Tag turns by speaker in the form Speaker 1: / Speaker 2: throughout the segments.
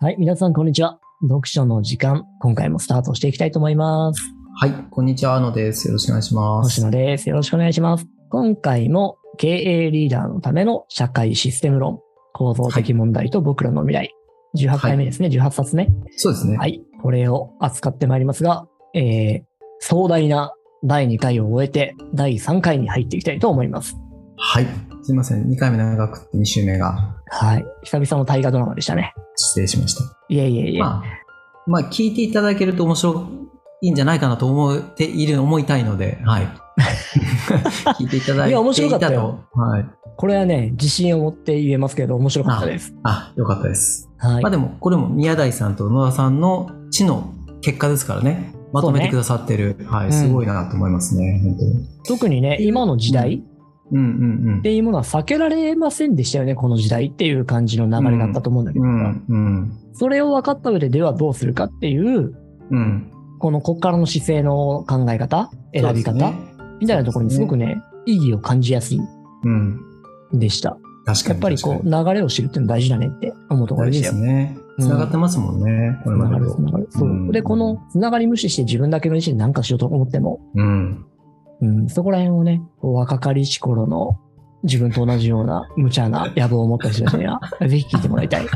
Speaker 1: はい、皆さん、こんにちは。読書の時間、今回もスタートしていきたいと思います。
Speaker 2: はい、こんにちは、あのです。よろしくお願いしま
Speaker 1: 星
Speaker 2: す。
Speaker 1: 野です。よろしくお願いします。今回も経営リーダーのための社会システム論、構造的問題と僕らの未来、18回目ですね、18冊目。
Speaker 2: そうですね。
Speaker 1: はい、これを扱ってまいりますが、えー、壮大な第2回を終えて、第3回に入っていきたいと思います。
Speaker 2: はい。すいません。2回目長くて2週目が
Speaker 1: はい、久々の大河ドラマでしたね。
Speaker 2: 失礼しました。
Speaker 1: いえいえいえ。
Speaker 2: まあ、まあ、聞いていただけると面白いんじゃないかなと思っている、思いたいので、 はい。聞いていただいていたと。
Speaker 1: いや面白かったよ
Speaker 2: はい。
Speaker 1: これはね、自信を持って言えますけど、面白かったです。
Speaker 2: あ、よかったです。
Speaker 1: はい
Speaker 2: まあ。でも、これも宮台さんと野田さんの知の結果ですからね。まとめてくださってる。は
Speaker 1: うん
Speaker 2: い。すごいなと思いますね。本当に。
Speaker 1: 特にね、今の時代
Speaker 2: うんうんうん
Speaker 1: っ。ていうものは避けられませんでしたよね、この時代っていう感じの流れだったと思うんだけど、
Speaker 2: うんうん。
Speaker 1: それを分かった上でではどうするかっていう、
Speaker 2: うん。
Speaker 1: このこっからの姿勢の考え方、選び
Speaker 2: そうです
Speaker 1: 方、
Speaker 2: ね
Speaker 1: みたいなところにすごくね、意義を感じやすい
Speaker 2: うん。
Speaker 1: んでした。
Speaker 2: 確かに。
Speaker 1: やっぱりこう、
Speaker 2: う、
Speaker 1: 流れを知るっていうの大事だねって思うところ
Speaker 2: 大
Speaker 1: で
Speaker 2: 事
Speaker 1: し
Speaker 2: で
Speaker 1: た
Speaker 2: す
Speaker 1: よ。
Speaker 2: ね。
Speaker 1: うん
Speaker 2: つながってますもんね。
Speaker 1: つ
Speaker 2: これま
Speaker 1: なが
Speaker 2: で
Speaker 1: る
Speaker 2: と
Speaker 1: つ。ながる。そうう。
Speaker 2: ん
Speaker 1: で、このつながり無視して自分だけの意思で何かしようと思っても、
Speaker 2: うん。
Speaker 1: うん、そこら辺をね、こう若かりし頃の自分と同じような無茶な野望を持った人たちには、ぜひ聞いてもらいたい。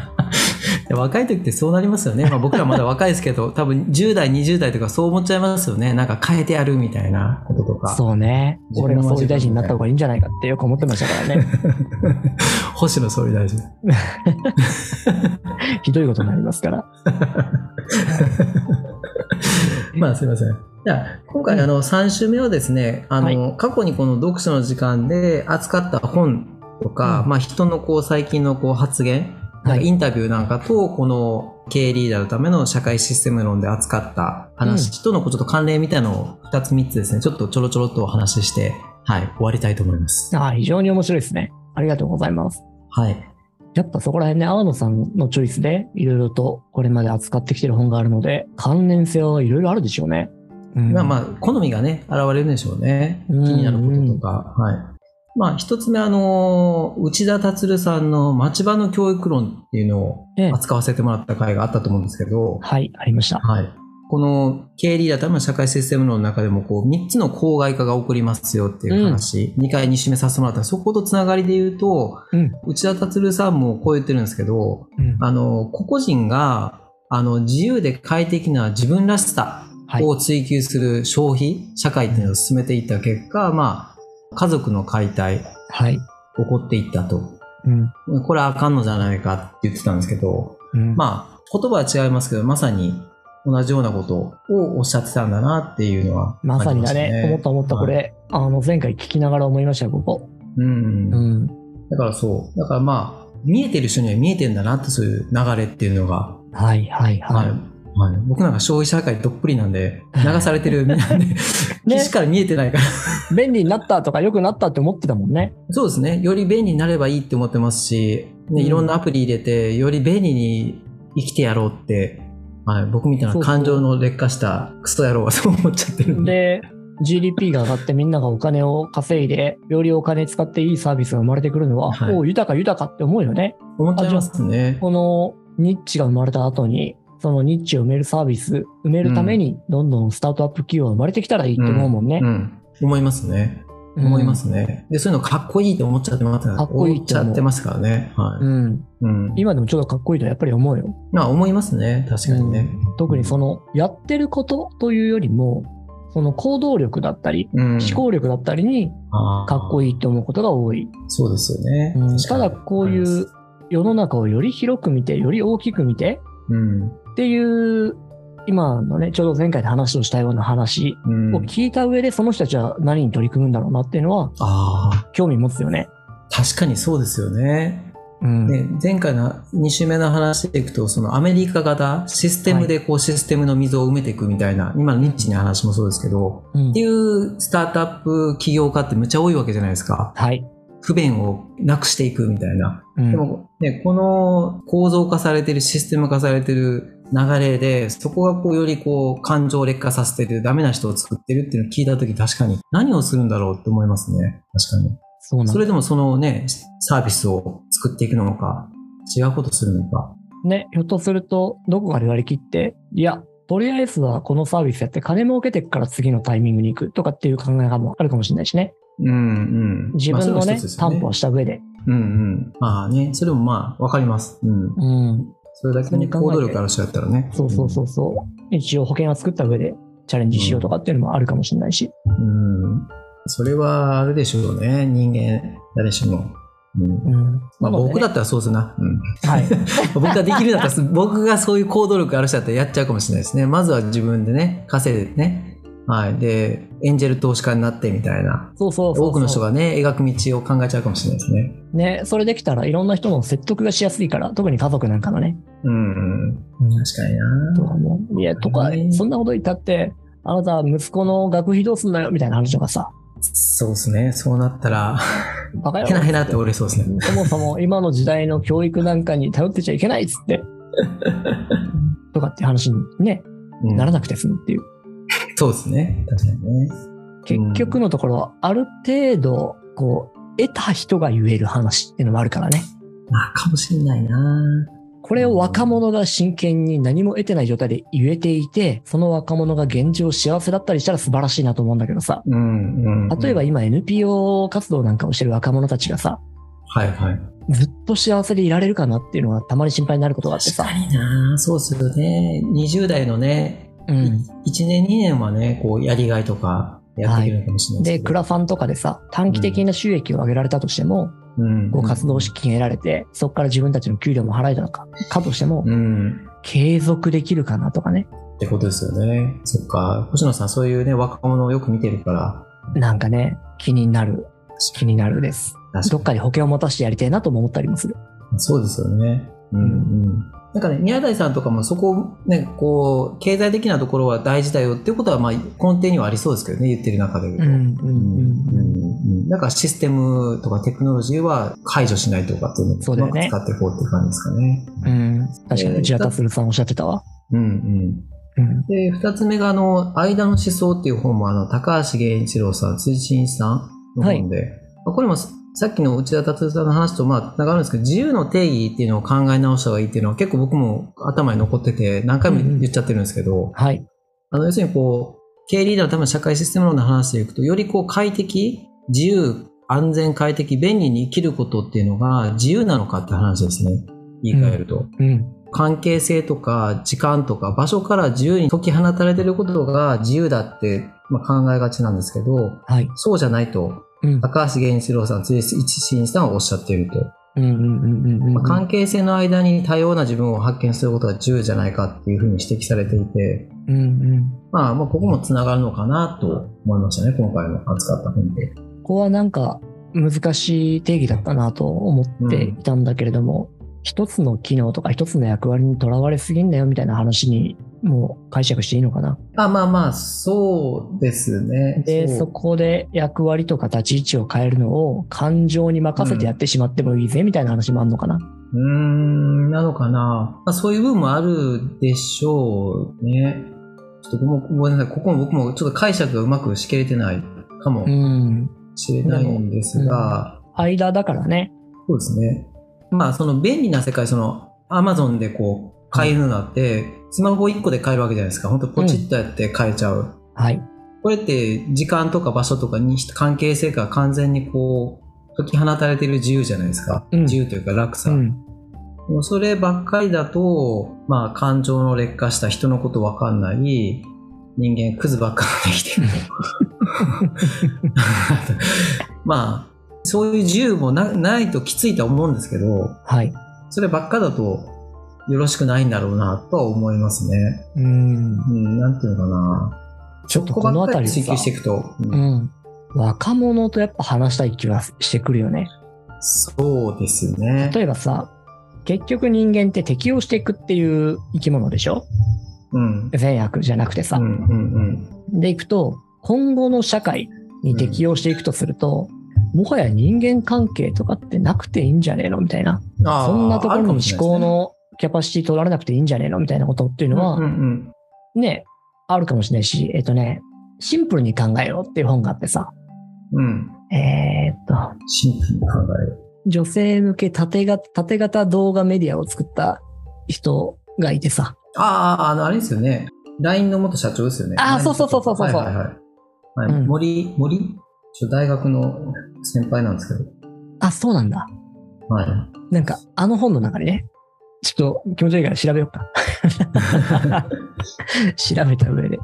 Speaker 2: で若い時ってそうなりますよね。まあ僕らまだ若いですけど、多分10代、20代とかそう思っちゃいますよね。なんか変えてやるみたいなこととか。
Speaker 1: そうね。
Speaker 2: 自
Speaker 1: 俺
Speaker 2: 分
Speaker 1: が
Speaker 2: は
Speaker 1: 総理大臣になった方がいいんじゃないかってよく思ってましたからね。
Speaker 2: 星野総理大臣。
Speaker 1: ひどいことになりますから。
Speaker 2: まあすいません。じゃあ今回あの3週目はですね、あの、過去にこの読書の時間で扱った本とか、
Speaker 1: うん
Speaker 2: まあ人のこう最近のこう発言、
Speaker 1: は
Speaker 2: イ
Speaker 1: い。
Speaker 2: ンタビューなんかと、この経営リーダーのための社会システム論で扱った話とのこうちょっと関連みたいなのを2つ3つですね、ちょっとちょろちょろっとお話しして、はい、終わりたいと思います。
Speaker 1: ああ、非常に面白いですね。ありがとうございます。
Speaker 2: はい。
Speaker 1: やっぱそこら辺ね、阿野さんのチョイスで、いろいろとこれまで扱ってきてる本があるので、関連性はいろいろあるでしょうね。うん
Speaker 2: まあまあ、好みがね、現れるんでしょうね。気
Speaker 1: うん
Speaker 2: になることとか。はい。まあ、一つ目、あの、内田達さんの町場の教育論っていうのを
Speaker 1: ええ
Speaker 2: 扱わせてもらった回があったと思うんですけど、
Speaker 1: はい、ありました。
Speaker 2: はい。この経営リーダーための社会システム論の中でもこう3つの公害化が起こりますよっていう話、2回2週目させてもらったそことつながりで言うと
Speaker 1: うん。
Speaker 2: 内田達さんもこう言ってるんですけど
Speaker 1: うん
Speaker 2: あの個々人があの自由で快適な自分らしさ
Speaker 1: はい。
Speaker 2: を追求する消費、社会っていうのを進めていった結果、まあ、家族の解体起
Speaker 1: はい。
Speaker 2: こっていったと
Speaker 1: うん。
Speaker 2: これはあかんのじゃないかって言ってたんですけど
Speaker 1: うん。
Speaker 2: まあ、言葉は違いますけど、まさに同じようなことをおっしゃってたんだなっていうのは
Speaker 1: まさにだね。思った思った、こ。
Speaker 2: あり
Speaker 1: れ。あの、前回聞きながら思いましたよ、ここ。
Speaker 2: まし
Speaker 1: う
Speaker 2: たねはいうん。
Speaker 1: ん。
Speaker 2: だからそう。だからまあ、見えてる人には見えてんだなってそういう流れっていうのが、
Speaker 1: はい、はい、は。
Speaker 2: はいい。はい、僕なんか消費社会どっぷりなんで、流されてる 身なんで、岸から見えてないから。
Speaker 1: 便利になったとか、良くなったって思ってたもんね。
Speaker 2: そうですね。より便利になればいいって思ってますし、
Speaker 1: うん
Speaker 2: ね、いろんなアプリ入れて、より便利に生きてやろうって、はい、僕みたいな感情の劣化したクソ野郎はそう思っちゃってるん
Speaker 1: で、
Speaker 2: で。
Speaker 1: GDP が上がってみんながお金を稼いで、よりお金使っていいサービスが生まれてくるのは、
Speaker 2: はい
Speaker 1: おう豊か豊かって思うよね。
Speaker 2: 思っちゃいますね。
Speaker 1: このニッチが生まれた後に、そのニッチを埋めるサービス、埋めるために、どんどんスタートアップ企業が生まれてきたらいいと思うもんね
Speaker 2: う。ん。思いますね。
Speaker 1: うん
Speaker 2: 思いま。すね。で、そういうのかっこいいって思っちゃってますから
Speaker 1: かっこいい
Speaker 2: 思っ
Speaker 1: って
Speaker 2: ち
Speaker 1: 思う
Speaker 2: ゃってますからね。は
Speaker 1: う
Speaker 2: い。
Speaker 1: ん。
Speaker 2: うん。
Speaker 1: 今でもちょっとかっこいいとはやっぱり思うよ。
Speaker 2: まあ、思いますね。確かにね。
Speaker 1: 特にその、やってることというよりも、その行動力だったり、
Speaker 2: うん、
Speaker 1: 思考力だったりに、かっこ
Speaker 2: いい。
Speaker 1: いいって思うことが多い。
Speaker 2: そうですよね。確かに
Speaker 1: ただこういう、世の中をより広く見て、より大きく見て
Speaker 2: うん。
Speaker 1: っていう、今のね、ちょうど前回で話をしたような話
Speaker 2: うん
Speaker 1: を。聞いた上で、その人たちは何に取り組むんだろうなっていうのは、
Speaker 2: ああ。
Speaker 1: 興味持つよね。
Speaker 2: 確かにそうですよね。
Speaker 1: うん。
Speaker 2: で前回の2週目の話でいくとそのアメリカ型システムでこうシステムの溝を埋めていくみたいな、今のニッチな話もそうですけど
Speaker 1: うん
Speaker 2: っていうスタートアップ起業家ってむっちゃ多いわけじゃないですか
Speaker 1: はい。
Speaker 2: 不便をなくしていくみたいな
Speaker 1: うん
Speaker 2: でも、ね、この構造化されてるシステム化されてる流れでそこがこうよりこう感情を劣化させてるダメな人を作ってるっていうのを聞いた時確かに何をするんだろうって思いますね確かに。
Speaker 1: そうなん
Speaker 2: そ
Speaker 1: だ
Speaker 2: れでもそのね、サービスを作っていくのか、違うことするのか。
Speaker 1: ね、ひょっとすると、どこかで割り切って、いや、とりあえずはこのサービスやって金儲けてっから次のタイミングに行くとかっていう考え方もあるかもしれないしね。
Speaker 2: うんうん。
Speaker 1: 自分
Speaker 2: まあ
Speaker 1: の
Speaker 2: それ
Speaker 1: ね、
Speaker 2: も一つですよ
Speaker 1: 担保した上で。
Speaker 2: うんうん。まあね、それもまあ、わかります。うん。
Speaker 1: うん。
Speaker 2: それだけに行動力ある人だったらね。
Speaker 1: そうそうそうそう。一応保険を作った上でチャレンジしようとかっていうのもあるかもしれないし。
Speaker 2: うん。うん。それはあるでしょうね、人間、誰しも。うん。
Speaker 1: うん。
Speaker 2: ま
Speaker 1: な
Speaker 2: あ、
Speaker 1: のでね
Speaker 2: 僕だったらそうですな。うん。
Speaker 1: はい。
Speaker 2: 僕ができるん だったら、僕がそういう行動力ある人だったらやっちゃうかもしれないですね。まずは自分でね、稼いでね。はい。で、エンジェル投資家になってみたいな。
Speaker 1: そうそうそうそう。
Speaker 2: 多くの人がね、描く道を考えちゃうかもしれないですね。
Speaker 1: ね、それできたらいろんな人の説得がしやすいから、特に家族なんかのね。
Speaker 2: うん。確かに
Speaker 1: と
Speaker 2: な。
Speaker 1: かもいや、とか
Speaker 2: ね、
Speaker 1: そんなこと言ったって、あなた息子の学費どうすんだよみたいな話とかさ、
Speaker 2: そうですね。そうなった ら、
Speaker 1: バカ
Speaker 2: へな
Speaker 1: や
Speaker 2: へなって折れそうですね。
Speaker 1: ろ。そもそも今の時代の教育なんかに頼ってちゃいけないっつ って。とかっていう話に、ね、
Speaker 2: うん
Speaker 1: ならなくて済むっていう。
Speaker 2: そうですね。確かにね。
Speaker 1: 結局のところは、ある程度、こう、得た人が言える話っていうのもあるからね。
Speaker 2: まあ、かもしれないな。
Speaker 1: これを若者が真剣に何も得てない状態で言えていて、その若者が現状幸せだったりしたら素晴らしいなと思うんだけどさ、
Speaker 2: うん、うん。
Speaker 1: 例えば、今 NPO 活動なんかをしてる若者たちがさ、
Speaker 2: はいはい。
Speaker 1: ずっと幸せでいられるかなっていうのがたまに心配になることがあって
Speaker 2: 確
Speaker 1: さ、
Speaker 2: かにな。そうですよね。20代のね、
Speaker 1: うん。
Speaker 2: 1年、2年はね、こう、やりがいとか、やっていけるのかもしれない
Speaker 1: で、
Speaker 2: け
Speaker 1: ク
Speaker 2: ど
Speaker 1: ラファンとかでさ、短期的な収益を上げられたとしても、
Speaker 2: うん
Speaker 1: こう活動資金得られて、そこから自分たちの給料も払えたのか、かとしても、
Speaker 2: うん。
Speaker 1: 継続できるかなとかね。
Speaker 2: ってことですよね。そっか。星野さん、そういうね、若者をよく見てるから。
Speaker 1: なんかね、気になる、気になるです。
Speaker 2: 確か
Speaker 1: ど
Speaker 2: に
Speaker 1: っかに保険を持たせてやりたいなとも思ったりもする。
Speaker 2: そうですよね。うんうん。なんかね、宮台さんとかもそこ、ね、こう、経済的なところは大事だよっていうことは、まあ、根底にはありそうですけどね、言ってる中で言う
Speaker 1: う
Speaker 2: と。
Speaker 1: ん、う
Speaker 2: うん
Speaker 1: ん、
Speaker 2: う
Speaker 1: うん。
Speaker 2: んうんだからシステムとかテクノロジーは解除しないとかっていうの
Speaker 1: そ
Speaker 2: を
Speaker 1: うだよ
Speaker 2: まく
Speaker 1: ね
Speaker 2: 使っていこうっていう感じですかね。
Speaker 1: うん、確か
Speaker 2: えー
Speaker 1: に、内田達郎さんおっしゃってたわ。
Speaker 2: うんうん。
Speaker 1: うん、
Speaker 2: で、二つ目が、あの、間の思想っていう本も、あの、高橋源一郎さん、辻真一さんの本で、まあこれもささっきの内田達夫さんの話と、まあ、繋がるんですけど、自由の定義っていうのを考え直した方がいいっていうのは、結構僕も頭に残ってて、何回も言っちゃってるんですけど、
Speaker 1: はい。
Speaker 2: あの、要するにこう、経営リーダーのための社会システム論の話でいくと、よりこう、快適、自由、安全、快適、便利に生きることっていうのが自由なのかって話ですね。言い換えると。
Speaker 1: うん、
Speaker 2: 関係性とか時間とか場所から自由に解き放たれてることが自由だって、まあ、考えがちなんですけど、
Speaker 1: はい。
Speaker 2: そうじゃないと、
Speaker 1: うん、
Speaker 2: 高橋源一郎さん、辻一新さんはおっしゃっていると。
Speaker 1: うん、うん、うんうん、うん。
Speaker 2: まあ、関係性の間に多様な自分を発見することが自由じゃないかっていうふうに指摘されていて、
Speaker 1: うん、うん。
Speaker 2: まあ、まあ、ここもつながるのかなと思いましたね、今回の扱った本で。
Speaker 1: ここはなんか難しい定義だったなと思っていたんだけれども、一つの機能とか一つの役割にとらわれすぎんだよみたいな話にもう解釈していいのかな。
Speaker 2: あまあまあ、そうですね。
Speaker 1: で、
Speaker 2: う
Speaker 1: そこで役割とか立ち位置を変えるのを感情に任せてやってしまってもいいぜみたいな話もあるのかな。
Speaker 2: うーん、なのかな。まあ、そういう部分もあるでしょうね。ちょっとごめんごめんなさい。ここも僕もちょっと解釈がうまくしきれてないかも
Speaker 1: うん。
Speaker 2: しれないんですが、
Speaker 1: 間だからね。
Speaker 2: そうですね。まあ、その便利な世界、その、アマゾンでこう、買えるようになって、スマホ1個で買えるわけじゃないですか。本当ポチッとやって買えちゃう。
Speaker 1: はい。
Speaker 2: これって、時間とか場所とかに関係性から完全にこう、解き放たれてる自由じゃないですか。
Speaker 1: うん
Speaker 2: 自由というか楽さ。
Speaker 1: うん。
Speaker 2: もうそればっかりだと、まあ、感情の劣化した人のことわかんない、人間クズばっかりできてる。 まあ、そういう自由もなないときついとは思うんですけど、
Speaker 1: はい。
Speaker 2: そればっかだとよろしくないんだろうなとは思いますね。
Speaker 1: うん。
Speaker 2: うん、なんていうのかな。
Speaker 1: ちょっとこの辺り
Speaker 2: そこば
Speaker 1: さ
Speaker 2: っか追求していくと、うん
Speaker 1: うん。若者とやっぱ話したい気はしてくるよね。
Speaker 2: そうですね。
Speaker 1: 例えばさ、結局人間って適応していくっていう生き物でしょ
Speaker 2: うん。
Speaker 1: 善悪じゃなくて
Speaker 2: う
Speaker 1: さ。
Speaker 2: んうん
Speaker 1: でいくと、今後の社会に適応していくとすると、もはや人間関係とかってなくていいんじゃねえのみたいな。
Speaker 2: うん。あー
Speaker 1: そんなとこ
Speaker 2: あ
Speaker 1: ろ
Speaker 2: る
Speaker 1: に思
Speaker 2: かもしれない
Speaker 1: 考
Speaker 2: ですね
Speaker 1: のキャパシティ取られなくていいんじゃねえのみたいなことっていうの
Speaker 2: うんう
Speaker 1: は、
Speaker 2: んうん
Speaker 1: ね、あるかもしれないし、えっとね、シンプルに考えようっていう本があってさ、
Speaker 2: うん。
Speaker 1: えーっと、
Speaker 2: シンプルに考える。
Speaker 1: 女性向け縦が縦型動画メディアを作った人がいてさ。
Speaker 2: ああ、あの、あれですよね。LINE の元社長ですよね。
Speaker 1: あーそうそうそうそうそう
Speaker 2: はいはいはい。はい
Speaker 1: うん
Speaker 2: 森、森ちょ大学の先輩なんですけ
Speaker 1: あ、そうなんだ。
Speaker 2: ど。はい。
Speaker 1: なんか、あの本の中にね、ちょっと気持ち悪いから調べようか。 調べた上で。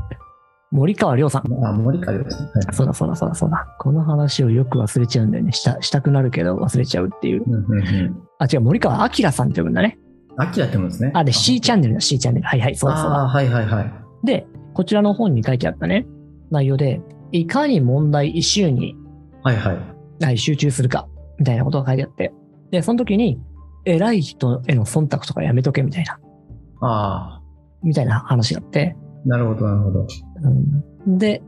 Speaker 1: 森川亮さん。
Speaker 2: あ、森かよですね。はい
Speaker 1: そうだそうだそうだそうだ。この話をよく忘れちゃうんだよね。した、したくなるけど忘れちゃうっていう。
Speaker 2: うんうんうん。
Speaker 1: あ、違う、森川明さんって呼ぶんだね。
Speaker 2: アキラってもんですね。
Speaker 1: あ、で、C チャンネルだ、C チャンネル。はいはい、そうだそうだ。
Speaker 2: ああー、はいはいはい。
Speaker 1: で、こちらの本に書いてあったね、内容で、いかに問題、イシューに
Speaker 2: はいはい。
Speaker 1: はい集中するか、みたいなことが書いてあって。で、その時に、偉い人への忖度とかやめとけ、みたいな、
Speaker 2: ああ、
Speaker 1: みたいな話があって。
Speaker 2: なるほどなるほど。
Speaker 1: うん、で、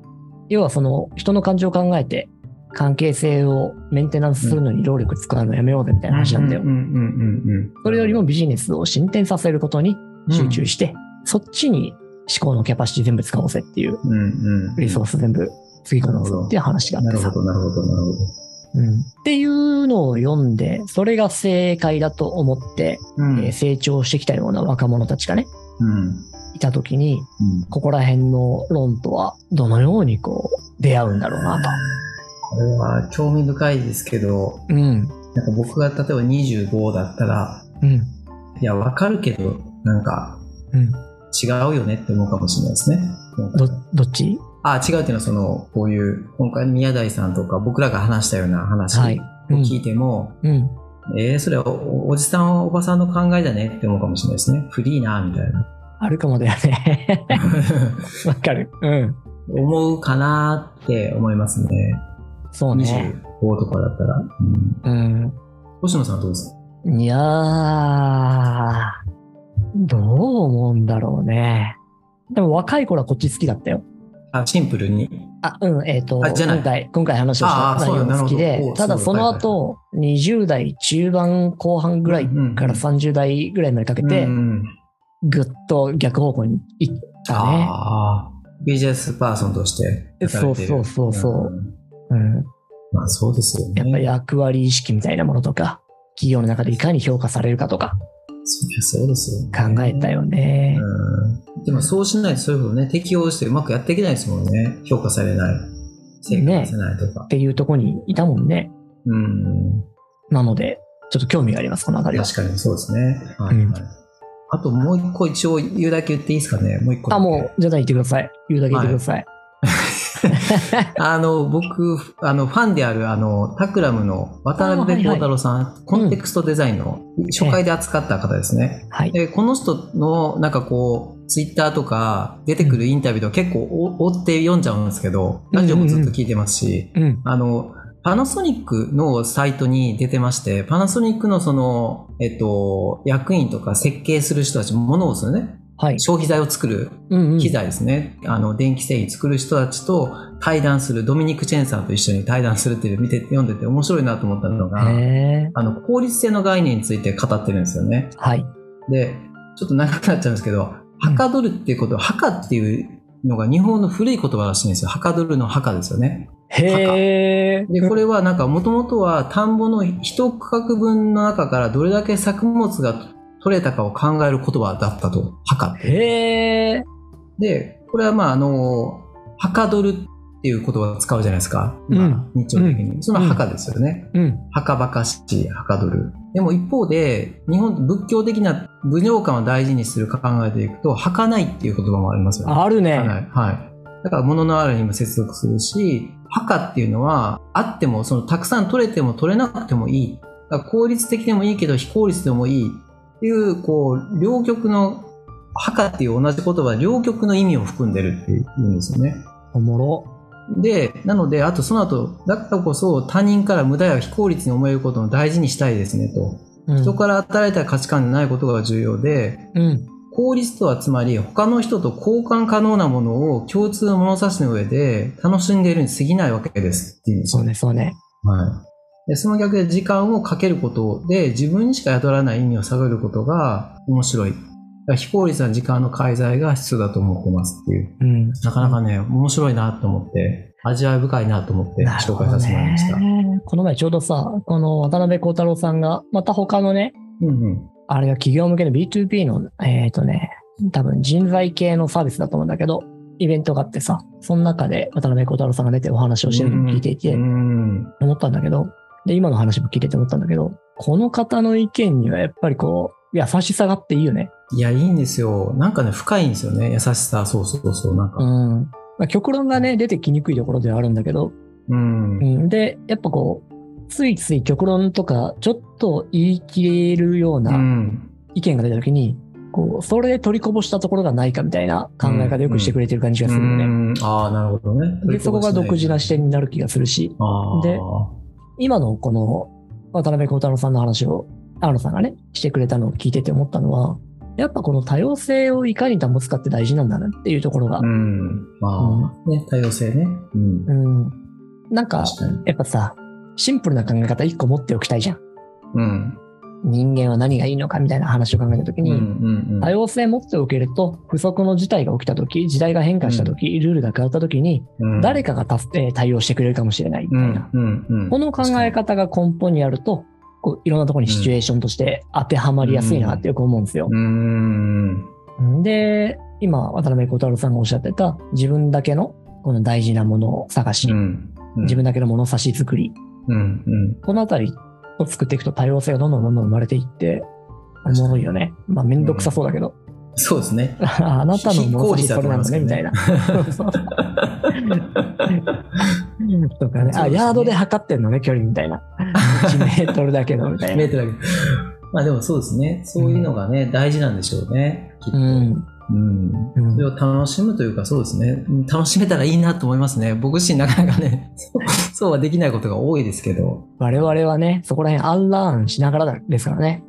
Speaker 1: 要はその、人の感情を考えて、関係性をメンテナンスするのに労力使うのやめようぜ、みたいな話なんだよ
Speaker 2: うん。うんうんうんうん。
Speaker 1: それよりもビジネスを進展させることに集中して、そっちに思考のキャパシティ全部使おうぜっていう、
Speaker 2: うんうん。
Speaker 1: リソース全部つぎ込もうぜっていう話があっ
Speaker 2: な
Speaker 1: て
Speaker 2: る
Speaker 1: さ
Speaker 2: ほ。どなるほどなるほど。
Speaker 1: うんっていうのを読んで、それが正解だと思って、
Speaker 2: うん。
Speaker 1: えー成長してきたような若者たちがね、
Speaker 2: うん。
Speaker 1: いたときに、
Speaker 2: うん。
Speaker 1: ここら辺の論とはどのようにこう出会うんだろうな
Speaker 2: これは興味深いですけど、
Speaker 1: と。うん。
Speaker 2: なんか僕が例えば25だったら、
Speaker 1: うん。
Speaker 2: いや、わかるけど、なんか
Speaker 1: うん。
Speaker 2: 違うよねって思うかもしれないですね。
Speaker 1: ど、どっち
Speaker 2: あ、違うっていうのはその、こういう、今回宮台さんとか僕らが話したような話を
Speaker 1: はい。うん。
Speaker 2: 聞いても、
Speaker 1: うん。
Speaker 2: えー、それはおおじさんおばさんの考えだねって思うかもしれないですね。フリーな、みた いな。
Speaker 1: あるかもだよね。 わかる。うん。
Speaker 2: 思うかなって思いますね。
Speaker 1: そうね。
Speaker 2: 25とかだったら。うん
Speaker 1: うん。
Speaker 2: 星野さんどうです
Speaker 1: いやー、どう思うんだろうね。でも若い頃はこっち好きだったよ。
Speaker 2: かあ、シンプルに。
Speaker 1: あ、うん、えっ、と、
Speaker 2: あじゃない
Speaker 1: 今回、今回話をした
Speaker 2: あーそう
Speaker 1: 内
Speaker 2: だ
Speaker 1: 容が好き
Speaker 2: なる
Speaker 1: で
Speaker 2: ほどお、う
Speaker 1: ただ
Speaker 2: そ
Speaker 1: そう
Speaker 2: だ
Speaker 1: の後、20代中盤後半ぐらい
Speaker 2: うんうんうん
Speaker 1: から30代ぐらいまでかけて
Speaker 2: う、ん
Speaker 1: ぐっと逆方向に行ったね。
Speaker 2: ああ、ビジネスパーソンとして働いてる。
Speaker 1: そうそうそうそうんうん、
Speaker 2: まあそうですよね。
Speaker 1: やっぱり役割意識みたいなものとか、企業の中でいかに評価されるかとか
Speaker 2: そりゃそうですよ、ね。
Speaker 1: 考えたよね。
Speaker 2: うん。でもそうしないとそういうことね、適応してうまくやっていけないですもんね。評価されない。成果出せないとか
Speaker 1: っ。ていうところにいたもんね。
Speaker 2: うん。
Speaker 1: なので、ちょっと興味があります、このあたりは。
Speaker 2: 確かにそうですね。はい、
Speaker 1: うん
Speaker 2: はい。あともう一個一応言うだけ言っていいですかね。もう一個だ
Speaker 1: あ、
Speaker 2: け。
Speaker 1: もう、じゃあ言ってください。言うだけ言ってください。
Speaker 2: あの、僕、あの、ファンである、あの、タクラムの渡辺幸太郎さん、コンテクストデザインの初回で扱った方ですね。
Speaker 1: はい。
Speaker 2: でこの人のなんかこうツイッターとか出てくるインタビューとか結構お追って読んじゃうんですけどラジオもずっと聞いてますし、
Speaker 1: うん。
Speaker 2: あのパナソニックのサイトに出てましてパナソニックのその、えっと、役員とか設計する人たちものをですよね
Speaker 1: はい。
Speaker 2: 消費財を作る
Speaker 1: うんうん
Speaker 2: 機材ですね、あの電気製品作る人たちと対談するドミニク・チェンさんと一緒に対談するっていうのを見て読んでて面白いなと思ったのが、
Speaker 1: へー
Speaker 2: あの効率性の概念について語ってるんですよね。
Speaker 1: はい。
Speaker 2: で、ちょっと長くなっちゃうんですけど、はかどるっていうこと、はかっていうのが日本の古い言葉らしいんですよ。はかどるのはかですよね。
Speaker 1: へえ。
Speaker 2: で、これはなんかもともとは田んぼの一区画分の中からどれだけ作物が取れたかを考える言葉だったと、はかって。
Speaker 1: へえ。
Speaker 2: で、これはまああの、はかどるっていう言葉を使うじゃないですか。今日常的に。そのはかですよね。
Speaker 1: うん。
Speaker 2: はかばかしい、はかどる。でも一方で、日本仏教的な武道感を大事にする考えていくと、はかないっていう言葉もありますよね。
Speaker 1: ある
Speaker 2: はかな
Speaker 1: ね。
Speaker 2: い。はい。だから物のあるにも接続するし、はかっていうのは、あっても、そのたくさん取れても取れなくてもいい。だから効率的でもいいけど、非効率でもいい。っていう、こう、両極の、はかっていう同じ言葉、両極の意味を含んでるっていうんですよね。
Speaker 1: おもろ。
Speaker 2: で、なので、あとその後、だからこそ他人から無駄や非効率に思えることを大事にしたいですねと。
Speaker 1: うん
Speaker 2: 人から与えられた価値観でないことが重要で、
Speaker 1: うん。
Speaker 2: 効率とはつまり他の人と交換可能なものを共通の物差しの上で楽しんでいるに過ぎないわけですっていうんです
Speaker 1: そ
Speaker 2: よ
Speaker 1: うね、そうね。
Speaker 2: はい。で、その逆で時間をかけることで自分にしか宿らない意味を探ることが面白い。だから非効率な時間の介在が必要だと思ってますっていう。
Speaker 1: うん。
Speaker 2: なかなかね、面白いなと思って、味わい深いなと思って
Speaker 1: なる
Speaker 2: 紹
Speaker 1: ほ
Speaker 2: 介さ
Speaker 1: ど
Speaker 2: せてもらいました。
Speaker 1: ね。この前ちょうどさ、この渡辺幸太郎さんが、また他のね、
Speaker 2: うんうん。
Speaker 1: あれは企業向けの B2B の、えっ、とね、多分人材系のサービスだと思うんだけど、イベントがあってさ、その中で渡辺小太郎さんが出てお話をしてるのを聞いていて、
Speaker 2: うん
Speaker 1: 思ったんだけど、で、今の話も聞いてて思ったんだけど、この方の意見にはやっぱりこう、優しさがあっていいよね。
Speaker 2: いや、いいんですよ。なんかね、深いんですよね。優しさ、そうそうそう。なん
Speaker 1: う
Speaker 2: か、
Speaker 1: ん。まあ、極論がね、出てきにくいところではあるんだけど、
Speaker 2: うん。
Speaker 1: うん。で、やっぱこう、ついつい極論とか、ちょっと言い切れるよう
Speaker 2: う。
Speaker 1: なん意見が出た時に、こう、それで取りこぼしたところがないかみたいな考え方をよくしてくれてる感じがするよね。
Speaker 2: うんああ、なるほどね。
Speaker 1: で、そこが独自な視点になる気がするし、
Speaker 2: あー
Speaker 1: で今のこの渡辺幸太郎さんの話を、アーノさんがね、してくれたのを聞いてて思ったのは、やっぱこの多様性をいかに保つかって大事なんだなっていうところが
Speaker 2: う、ん。まあ、ね、多様性ね。うん
Speaker 1: う。ん、なんか、
Speaker 2: 確かに。
Speaker 1: やっぱさ、シンプルな考え方一個持っておきたいじゃん。
Speaker 2: うん。
Speaker 1: 人間は何がいいのかみたいな話を考えたとき
Speaker 2: うん
Speaker 1: に、
Speaker 2: うん
Speaker 1: 多様性持っておけると、不測の事態が起きたとき、時代が変化したとき、ルールが変わったときに、
Speaker 2: うん。
Speaker 1: 誰かが助えー対応してくれるかもしれないみ
Speaker 2: う
Speaker 1: たいな。
Speaker 2: んうんうん。
Speaker 1: この考え方が根本にあると、こういろんなところにシチュエーションとして当てはまりやすいなってよく思うんですよ
Speaker 2: う。ん。
Speaker 1: で、今、渡辺幸太郎さんがおっしゃってた、自分だけのこの大事なものを探し、
Speaker 2: うん。
Speaker 1: 自分だけの物差し作り、
Speaker 2: うんうん。
Speaker 1: このあたりを作っていくと多様性がどんどんどんどん生まれていって、おもろいよね。まあ、めんどくさそうだけど、
Speaker 2: そうで すね。
Speaker 1: あなたの
Speaker 2: 非効
Speaker 1: 物差し
Speaker 2: 率だ
Speaker 1: そ
Speaker 2: と
Speaker 1: れな
Speaker 2: 思いま
Speaker 1: の
Speaker 2: す
Speaker 1: ね、
Speaker 2: けど
Speaker 1: みた
Speaker 2: ね
Speaker 1: いな。そうそうとかね、
Speaker 2: そう
Speaker 1: あ、
Speaker 2: ですね
Speaker 1: ヤードで測ってんのね、距離みたいな。1メートルだけど、みたい
Speaker 2: 見
Speaker 1: な
Speaker 2: え。てるだけ。まあでもそうですね。そういうのがね、大事なんでしょうね。きっと。
Speaker 1: う
Speaker 2: うん
Speaker 1: ん。うん
Speaker 2: それを楽しむというか、そうですね。うん楽しめたらいいなと思いますね。僕自身なかなかね、 そうそうはできないことが多いですけど、
Speaker 1: 我々はね、そこら辺アンラーンしながらですからね。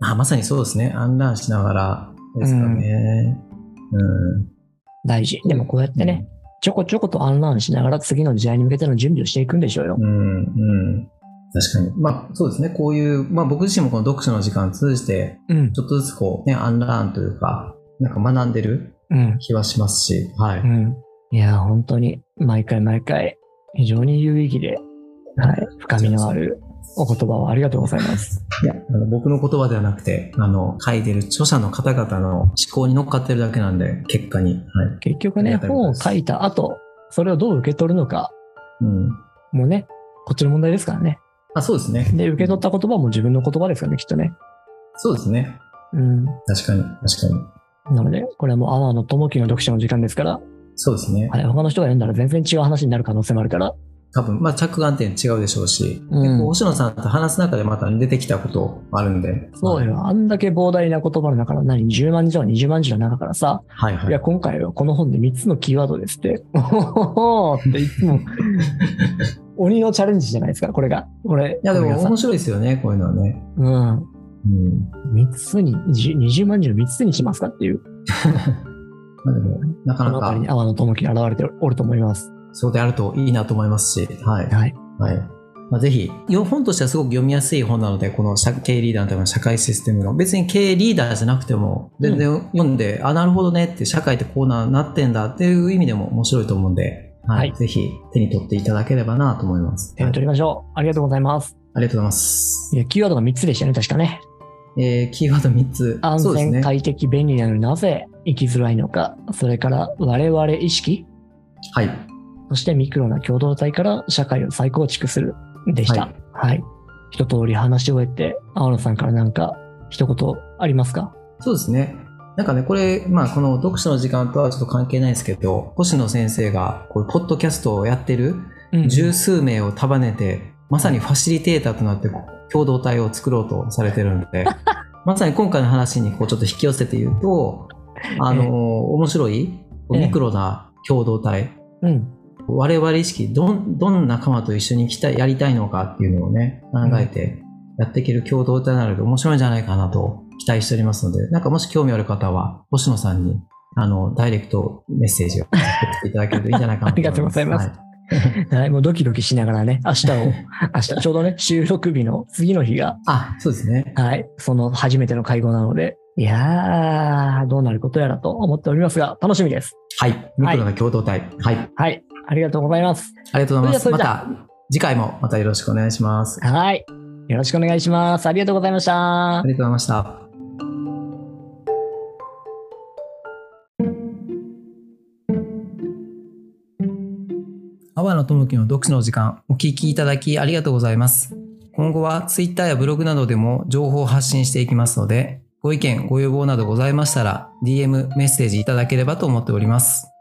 Speaker 2: まあ、まさにそうですね。アンランしながらですかね。うん。
Speaker 1: 大事。でもこうやってね、ちょこちょことアンラーンしながら次の時代に向けての準備をしていくんでしょうよ
Speaker 2: う。ん。うん。確かに。まあそうですね。こういう、まあ僕自身もこの読書の時間を通じて、
Speaker 1: うん。
Speaker 2: ちょっとずつこうね、アンラーンというか、なんか学んでる
Speaker 1: うん。
Speaker 2: 気はしますし、はい。
Speaker 1: うん。いや、本当に、毎回毎回、非常に有意義で、はい、深みのあるお言葉をありがとうございます。
Speaker 2: いや、あの僕の言葉ではなくて、あの、書いてる著者の方々の思考に乗っかってるだけなんで、結果に。はい。
Speaker 1: 結局ね、
Speaker 2: ありがとうござ
Speaker 1: 本
Speaker 2: い
Speaker 1: を
Speaker 2: ます
Speaker 1: 書いた後、それをどう受け取るのか
Speaker 2: うん。
Speaker 1: もね、こっちの問題ですからね。
Speaker 2: あ、そうですね。
Speaker 1: で、受け取った言葉も自分の言葉ですからね、きっとね。
Speaker 2: そうですね。
Speaker 1: うん。
Speaker 2: 確かに、確かに。
Speaker 1: なので、これはもう、阿波野智樹の読書の時間ですから、
Speaker 2: そうですね。
Speaker 1: はい、他の人が読んだら全然違う話になる可能性もあるから。
Speaker 2: 多分、まあ、着眼点違うでしょうし、
Speaker 1: うん
Speaker 2: 結構、星野さんと話す中でまた出てきたことあるんで。
Speaker 1: そう
Speaker 2: はい
Speaker 1: よ。あんだけ膨大な言葉の中の何、10万字とか20万字の中からさ、、
Speaker 2: はいはいい。
Speaker 1: や、今回はこの本で3つのキーワードですって、おほほほーっていつも、鬼のチャレンジじゃないですか、これが。これ、
Speaker 2: いやで
Speaker 1: これ
Speaker 2: も
Speaker 1: がさ
Speaker 2: 面白いですよね、こういうのはね。
Speaker 1: うん。
Speaker 2: うん。
Speaker 1: 3つに、じ20万字の3つにしますかっていう、
Speaker 2: まあでも、な
Speaker 1: こ
Speaker 2: か
Speaker 1: の
Speaker 2: な
Speaker 1: 辺りに
Speaker 2: か、
Speaker 1: 阿波野智樹が現れておると思います。
Speaker 2: そうであるといいなと思いますし、はい。
Speaker 1: はい。
Speaker 2: はい。まあ、ぜひ、よ本としてはすごく読みやすい本なので、この社経営リーダーのための社会システムの、別に経営リーダーじゃなくても、全然読んで、あ、なるほどねって、社会ってこうななってんだっていう意味でも面白いと思うんで、はい。
Speaker 1: はい
Speaker 2: ぜひ、手に取っていただければなと思います。
Speaker 1: 手に取りましょう。ありがとうございます。
Speaker 2: ありがとうございます
Speaker 1: い。や、キーワードが3つでしたね、確かね。
Speaker 2: えー、キーワード3つ。
Speaker 1: 安
Speaker 2: そうです
Speaker 1: 全、
Speaker 2: ね。はい
Speaker 1: 快適、便利なのになぜ生きづらいのか、それから我々意識、。そしてミクロな共同体から社会を再構築するでした。はい。一通り話し終えて、青野さんからなんか一言ありますか
Speaker 2: そうですね。なんかね、これ、まあ、この読書の時間とはちょっと関係ないですけど、星野先生が、こう、ポッドキャストをやってる、
Speaker 1: うん
Speaker 2: 十数名を束ねて、まさにファシリテーターとなって、共同体を作ろうとされてるん で、まさに今回の話にこうちょっと引き寄せて言うと、あの
Speaker 1: ええ
Speaker 2: 面白い、
Speaker 1: ええ
Speaker 2: ミクロな共同体、
Speaker 1: うん。
Speaker 2: 我々意識、どん、どんな仲間と一緒に来たいやりたいのかっていうのをね、考えてやっていける共同体なので面白いんじゃないかなと期待しておりますので、なんかもし興味ある方は、星野さんに、あの、ダイレクトメッセージを送っていただけるといいんじゃないかな
Speaker 1: あ
Speaker 2: と思います。
Speaker 1: りがとうございます
Speaker 2: は
Speaker 1: はい、もうドキドキしながらね、明日を、明日、ちょうどね、収録日の次の日が、
Speaker 2: あ、そうですね。
Speaker 1: はい、その初めての会合なので、いやー、どうなることやらと思っておりますが、楽しみです。
Speaker 2: はい。ミクロの共同体。はい。
Speaker 1: はい、ありがとうございます。
Speaker 2: ありがとうございま
Speaker 1: そ
Speaker 2: す。
Speaker 1: れ
Speaker 2: ま
Speaker 1: じゃ
Speaker 2: た、次回もまたよろしくお願いします。あ
Speaker 1: はい。よろしくお願いします。ありがとうございました。
Speaker 2: りがとうございました。阿野智樹の読書の時間、お聞きいただきありがとうございます。今後は Twitter やブログなどでも情報を発信していきますので、ご意見、ご要望などございましたら、DM、メッセージいただければと思っております。